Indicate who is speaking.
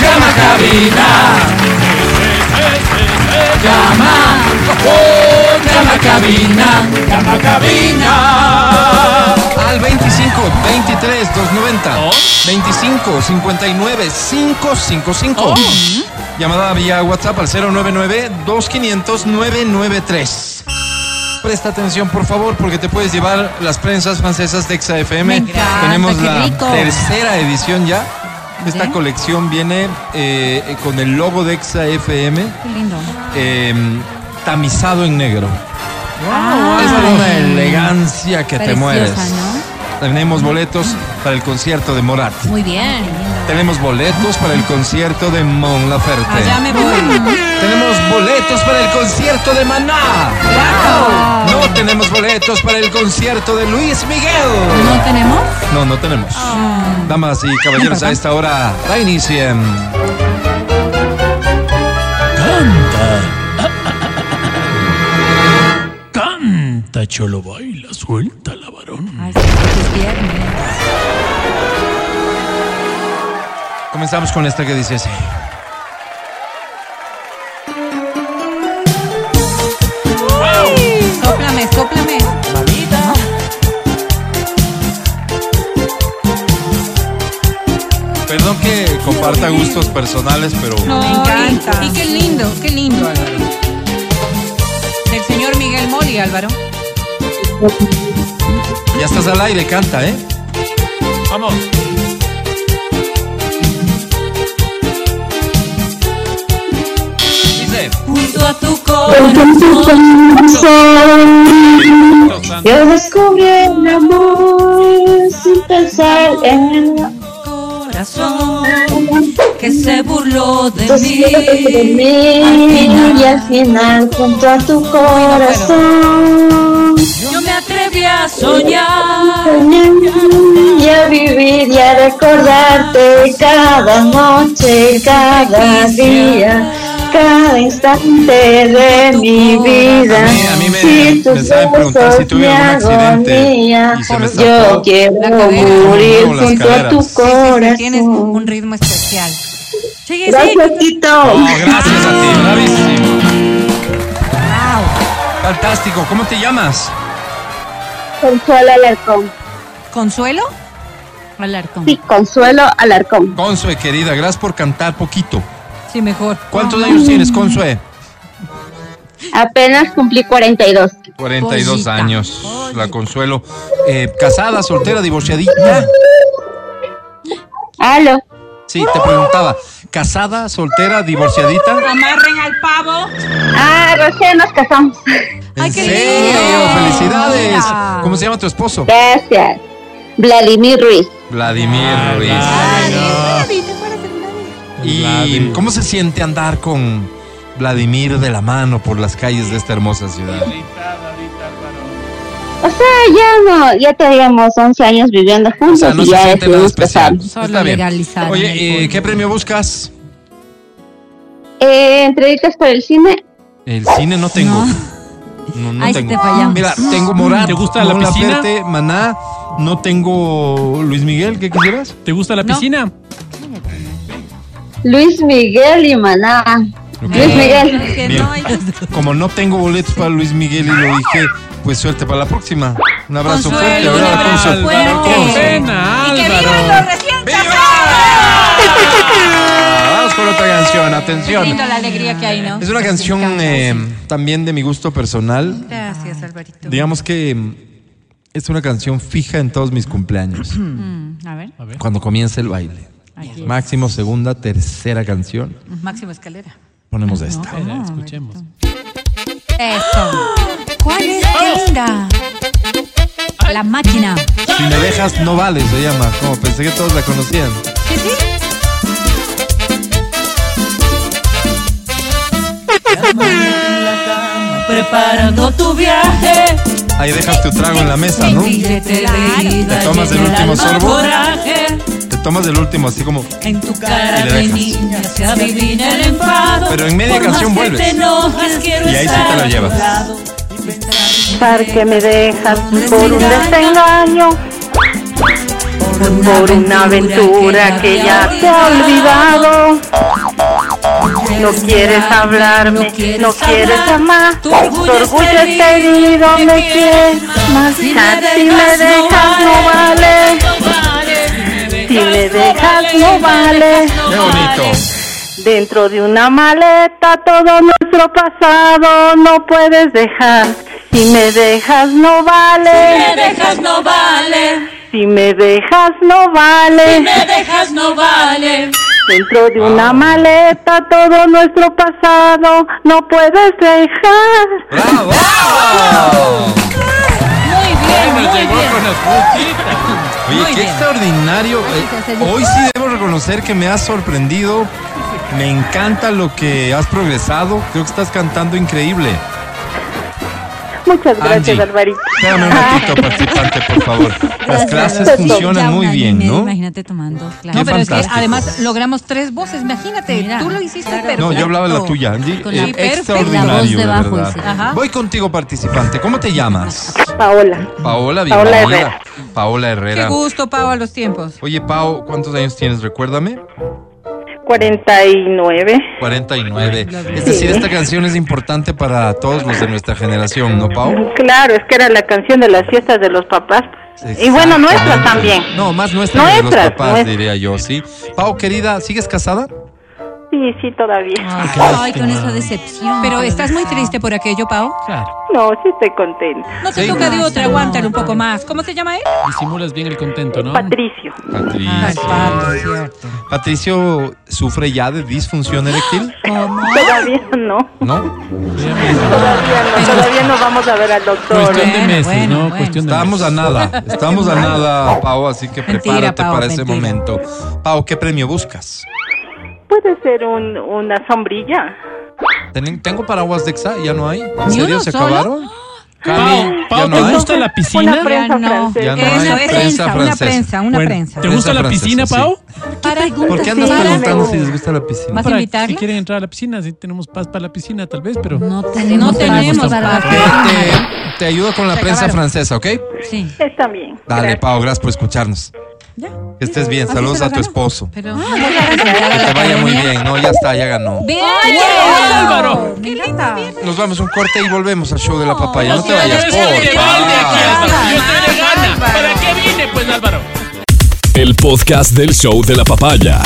Speaker 1: Llama a cabina. Llama. Oh, llama a cabina. Llama a cabina.
Speaker 2: Al 25 23 290 25 59 555. Llamada vía WhatsApp al 099 2500 993. Presta atención, por favor, porque te puedes llevar las prensas francesas de Exa FM.
Speaker 3: Me encanta,
Speaker 2: Tenemos
Speaker 3: qué
Speaker 2: la
Speaker 3: rico.
Speaker 2: tercera edición ya. Esta
Speaker 3: Ok.
Speaker 2: colección viene eh, con el logo de Exa FM
Speaker 3: Qué lindo.
Speaker 2: eh, tamizado en negro.
Speaker 3: Ah,
Speaker 2: Es una elegancia que te
Speaker 3: Preciosa,
Speaker 2: mueres.
Speaker 3: ¿no?
Speaker 2: Tenemos boletos para el concierto de Morat.
Speaker 3: Muy bien.
Speaker 2: Tenemos boletos para el concierto de Mon Laferte.
Speaker 3: Allá me voy.
Speaker 2: Tenemos boletos para el concierto de Maná. No tenemos boletos para el concierto de Luis Miguel.
Speaker 3: ¿No tenemos?
Speaker 2: No, no tenemos. Damas y caballeros, a esta hora da inicio. en
Speaker 1: Canta, cholo, baila, suelta la varón.
Speaker 3: Ay, sí, porque es viernes.
Speaker 2: Comenzamos con esta que dice así.
Speaker 3: Sóplame, sóplame.
Speaker 2: Perdón que comparta gustos personales, pero
Speaker 3: Me
Speaker 4: encanta.
Speaker 3: Y, qué lindo, qué lindo, Álvaro. Del señor Miguel Moli, Álvaro.
Speaker 2: ya estás al aire, canta, ¿eh?
Speaker 1: Vamos.
Speaker 2: Dice.
Speaker 3: Junto a tu
Speaker 5: corazón. Yo descubrí el amor sin pensar en
Speaker 3: corazón que se burló de
Speaker 5: tus celos de mí y al final junto a tu corazón
Speaker 3: Yo me atreví a soñar.
Speaker 5: y a vivir y a recordarte cada noche, cada día, cada instante de mi vida.
Speaker 2: A mí- a mí me-
Speaker 5: si
Speaker 2: me
Speaker 5: tus
Speaker 2: saben preguntar si
Speaker 5: besos
Speaker 2: tuve
Speaker 5: me
Speaker 2: algún accidente
Speaker 5: agonía,
Speaker 2: y se me
Speaker 5: yo
Speaker 2: zafó
Speaker 3: la
Speaker 5: quiero
Speaker 3: cadera.
Speaker 5: morir
Speaker 2: No, las
Speaker 5: junto a tu
Speaker 2: caderas.
Speaker 3: Tienes
Speaker 5: corazón.
Speaker 3: un ritmo especial. Sigue,
Speaker 5: Gracias, Tito.
Speaker 2: No, Oh, gracias a ti, bravísimo.
Speaker 3: Wow.
Speaker 2: Fantástico, ¿cómo te llamas?
Speaker 5: Consuelo Alarcón.
Speaker 3: ¿Consuelo? Alarcón.
Speaker 5: Sí, Consuelo Alarcón.
Speaker 2: Consue, querida, gracias por cantar poquito.
Speaker 3: Sí, mejor.
Speaker 2: ¿Cuántos años tienes, Consue?
Speaker 5: Apenas cumplí 42.
Speaker 2: 42
Speaker 3: Pollita.
Speaker 2: años, la
Speaker 3: Pollita.
Speaker 2: Consuelo. Eh, ¿Casada, soltera, divorciadita?
Speaker 5: Aló.
Speaker 2: Sí, te preguntaba. ¿Casada, soltera, divorciadita?
Speaker 4: Amarren al pavo.
Speaker 5: Ah, recién nos casamos.
Speaker 3: Ay,
Speaker 2: ¿En
Speaker 3: qué
Speaker 2: serio?
Speaker 3: lindo.
Speaker 2: ¡Felicidades!
Speaker 3: Mira.
Speaker 2: ¿Cómo se llama tu esposo?
Speaker 5: Gracias. Vladimir Ruiz.
Speaker 2: Vladimir Ruiz. ¿Y
Speaker 1: Vladimir.
Speaker 2: cómo se siente andar con Vladimir de la mano por las calles de esta hermosa ciudad?
Speaker 5: O sea, ya no, ya teníamos 11 años viviendo
Speaker 2: O
Speaker 5: juntos
Speaker 2: sea, no
Speaker 5: y
Speaker 2: se
Speaker 5: ya
Speaker 2: siente nada
Speaker 5: decidimos
Speaker 2: especial.
Speaker 5: casarnos.
Speaker 3: Solo
Speaker 2: Está bien.
Speaker 3: legalizar.
Speaker 2: Oye, eh, ¿qué premio buscas?
Speaker 5: Eh, entrevistas para el cine.
Speaker 2: El cine no tengo. No, no
Speaker 3: Ahí sí
Speaker 2: tengo.
Speaker 3: te fallamos. Mm.
Speaker 2: Mira, tengo Morat.
Speaker 1: ¿Te gusta la
Speaker 2: Mon
Speaker 1: piscina?
Speaker 2: Laferte, Maná. No tengo Luis Miguel. ¿Qué quisieras?
Speaker 1: ¿Te gusta la
Speaker 3: No.
Speaker 1: piscina?
Speaker 5: Luis Miguel y Maná.
Speaker 2: Ok.
Speaker 5: Luis Miguel.
Speaker 2: Como no tengo boletos para Luis Miguel y lo dije, pues suerte para la próxima. Un abrazo
Speaker 3: Consuelo,
Speaker 2: fuerte.
Speaker 3: un
Speaker 2: ¿verdad,
Speaker 3: abrazo
Speaker 2: Consuelo?
Speaker 3: fuerte.
Speaker 2: Consuelo.
Speaker 1: Cena,
Speaker 3: Y que
Speaker 1: Álvaro.
Speaker 3: vivan los recién
Speaker 2: ¡Viva! Vamos con otra canción. Atención.
Speaker 3: Lindo la alegría que hay, ¿no?
Speaker 2: Es una canción
Speaker 3: Me encanta,
Speaker 2: eh,
Speaker 3: sí.
Speaker 2: también de mi gusto personal.
Speaker 3: Gracias, Alvarito.
Speaker 2: Digamos que mm, es una canción fija en todos mis cumpleaños.
Speaker 3: Mm, A ver,
Speaker 2: Cuando comienza el baile.
Speaker 3: aquí.
Speaker 2: Máximo segunda, tercera canción.
Speaker 3: Máximo Escalera.
Speaker 2: Ponemos esta.
Speaker 1: Espera, Eh, escuchemos.
Speaker 3: Eso. ¿Cuál es esta? La máquina.
Speaker 2: Si me dejas, no vale, se llama. Como pensé que todos la conocían.
Speaker 3: ¿Sí, sí? Preparando tu viaje.
Speaker 2: Ahí dejas tu trago en la mesa, ¿no? Te tomas el último sorbo. Te tomas el último, así como.
Speaker 3: En tu cara
Speaker 2: Y le
Speaker 3: de
Speaker 2: dejas.
Speaker 3: niña se adivina el enfado.
Speaker 2: Pero en media
Speaker 3: Por más
Speaker 2: canción
Speaker 3: que
Speaker 2: vuelves.
Speaker 3: te enojas, quiero
Speaker 2: Y ahí sí te
Speaker 3: estar
Speaker 2: lo
Speaker 3: a tu
Speaker 2: llevas.
Speaker 3: lado.
Speaker 5: Porque me dejas por un desengaño.
Speaker 4: por una aventura que ya te ha olvidado. No quieres hablarme, no quieres amar. Tu orgullo es herido, me quieres marchar. Si me dejas, no vale. Si me dejas, no vale.
Speaker 2: Qué bonito.
Speaker 4: Dentro de una maleta todo nuestro pasado no puedes dejar. Si me dejas no vale.
Speaker 6: me dejas no vale,
Speaker 4: Si me dejas no
Speaker 6: si
Speaker 4: vale.
Speaker 6: me dejas no vale,
Speaker 4: Dentro de una maleta todo nuestro pasado no puedes dejar.
Speaker 2: ¡Bravo!
Speaker 3: Muy bien,
Speaker 1: Nos
Speaker 3: muy
Speaker 1: llegó
Speaker 3: bien.
Speaker 1: con las puntitas.
Speaker 2: Oye,
Speaker 3: Muy
Speaker 2: qué
Speaker 3: bien.
Speaker 2: extraordinario.
Speaker 3: Ahorita
Speaker 2: Eh,
Speaker 3: se dijo.
Speaker 2: Hoy sí debo reconocer que me has sorprendido. Me encanta lo que has progresado. Creo que estás cantando increíble.
Speaker 4: Muchas gracias,
Speaker 2: Angie.
Speaker 4: Alvarito.
Speaker 2: Espérame un ratito, participante, por favor. Las clases
Speaker 7: Pues,
Speaker 5: doctor.
Speaker 2: funcionan muy bien, ¿no?
Speaker 7: Imagínate tomando clases.
Speaker 3: No, pero es que
Speaker 2: fantástico.
Speaker 3: además logramos tres voces. Imagínate,
Speaker 7: Mira,
Speaker 3: tú lo hiciste
Speaker 7: claro.
Speaker 3: perfecto.
Speaker 2: No, yo hablaba de la tuya, Angie.
Speaker 7: Con
Speaker 2: Eh,
Speaker 7: la-
Speaker 3: Sí, perfecto.
Speaker 7: La voz
Speaker 2: extraordinario,
Speaker 7: de
Speaker 2: la
Speaker 7: bajo,
Speaker 2: verdad.
Speaker 7: sí.
Speaker 3: Ajá.
Speaker 2: Voy contigo, participante. ¿Cómo te llamas?
Speaker 4: Paola,
Speaker 2: Paola,
Speaker 4: Paola
Speaker 2: bienvenida.
Speaker 4: Herrera.
Speaker 2: Paola
Speaker 3: Qué
Speaker 2: Herrera.
Speaker 3: gusto, Pau, a los tiempos.
Speaker 2: Oye, Pao, ¿cuántos años tienes? Recuérdame.
Speaker 4: 49.
Speaker 2: 49. Es decir, esta canción es importante para todos los de nuestra generación, ¿no, Pau?
Speaker 4: Claro, es que era la canción de las fiestas de los papás. Y bueno, nuestra
Speaker 2: Exactamente.
Speaker 4: también.
Speaker 2: No, más nuestra que de los
Speaker 4: Nuestras,
Speaker 2: papás,
Speaker 4: nuestras.
Speaker 2: diría yo, sí. Pau, querida, ¿sigues casada?
Speaker 4: Sí, sí, todavía.
Speaker 1: Ah.
Speaker 7: Ay, con esa decepción.
Speaker 3: Pero estás muy triste por aquello, Pau.
Speaker 1: Claro,
Speaker 4: No, sí estoy contenta.
Speaker 3: No te
Speaker 2: Sí.
Speaker 3: toca de otra,
Speaker 7: No,
Speaker 3: aguántalo un poco
Speaker 7: no.
Speaker 3: más. ¿Cómo se llama él?
Speaker 1: disimulas bien el contento, ¿no?
Speaker 4: Patricio.
Speaker 3: Ah,
Speaker 2: Patricio.
Speaker 3: Pablo, cierto.
Speaker 2: Patricio sufre ya de disfunción eréctil,
Speaker 4: Todavía no.
Speaker 2: ¿no?
Speaker 4: Todavía no, todavía no vamos a ver al doctor.
Speaker 1: Cuestión de
Speaker 3: Bueno,
Speaker 1: meses,
Speaker 3: bueno,
Speaker 1: ¿no?
Speaker 3: bueno.
Speaker 1: Cuestión de
Speaker 2: Estamos a
Speaker 1: meses.
Speaker 2: nada, estamos a nada, Pau, así que
Speaker 3: Mentira,
Speaker 2: prepárate
Speaker 3: Pau,
Speaker 2: para ese
Speaker 3: mentira.
Speaker 2: momento. Pau, ¿qué premio buscas?
Speaker 4: Puede ser un, una sombrilla.
Speaker 2: Ten- Tengo paraguas de exa, ya no hay. ¿En
Speaker 3: ¿Ni
Speaker 2: serio
Speaker 3: uno
Speaker 2: se
Speaker 3: solo?
Speaker 2: acabaron?
Speaker 1: Pau,
Speaker 2: Cami,
Speaker 1: Pau,
Speaker 2: ya
Speaker 1: ¿te
Speaker 2: no hay.
Speaker 1: gusta la
Speaker 4: Una
Speaker 1: piscina?
Speaker 4: prensa
Speaker 7: no.
Speaker 4: francesa.
Speaker 2: Ya no
Speaker 3: Eso
Speaker 2: hay
Speaker 3: es,
Speaker 2: prensa
Speaker 3: una
Speaker 2: francesa.
Speaker 3: prensa, una
Speaker 1: Bueno,
Speaker 2: Prensa
Speaker 3: prensa.
Speaker 1: ¿Te gusta la
Speaker 2: francesa,
Speaker 1: piscina,
Speaker 2: sí.
Speaker 1: Pau?
Speaker 2: ¿Por qué andas
Speaker 4: Sí,
Speaker 2: preguntando
Speaker 4: me
Speaker 2: si les gusta la piscina?
Speaker 3: Vas a
Speaker 1: Para-
Speaker 3: invitarla?
Speaker 1: Si quieren entrar a la piscina, sí tenemos paz para la piscina, tal vez, pero.
Speaker 7: No tenemos,
Speaker 3: No tenemos,
Speaker 7: para-
Speaker 3: Bárbara.
Speaker 2: Te, te- te ayudo con la
Speaker 3: Se
Speaker 2: prensa
Speaker 3: acabaron.
Speaker 2: francesa, ¿ok?
Speaker 7: Sí.
Speaker 4: Está bien.
Speaker 2: Dale,
Speaker 4: gracias.
Speaker 2: Pau, gracias por escucharnos.
Speaker 3: Ya.
Speaker 2: Que estés bien.
Speaker 3: Así
Speaker 2: Saludos
Speaker 3: se
Speaker 2: a
Speaker 3: lo
Speaker 2: tu
Speaker 3: ganó.
Speaker 2: esposo.
Speaker 3: Pero
Speaker 2: Que te vaya muy bien. No, ya está, ya ganó.
Speaker 3: ¡Bien!
Speaker 1: Álvaro!
Speaker 3: ¡Qué linda!
Speaker 2: Nos vamos a un corte y volvemos al show de la papaya. No te
Speaker 1: Ustedes
Speaker 2: vayas,
Speaker 1: se
Speaker 2: por
Speaker 1: van de aquí hasta
Speaker 2: favor.
Speaker 1: que yo te dé gana. ¿Para qué vine, pues, Álvaro?
Speaker 8: El podcast del show de la papaya.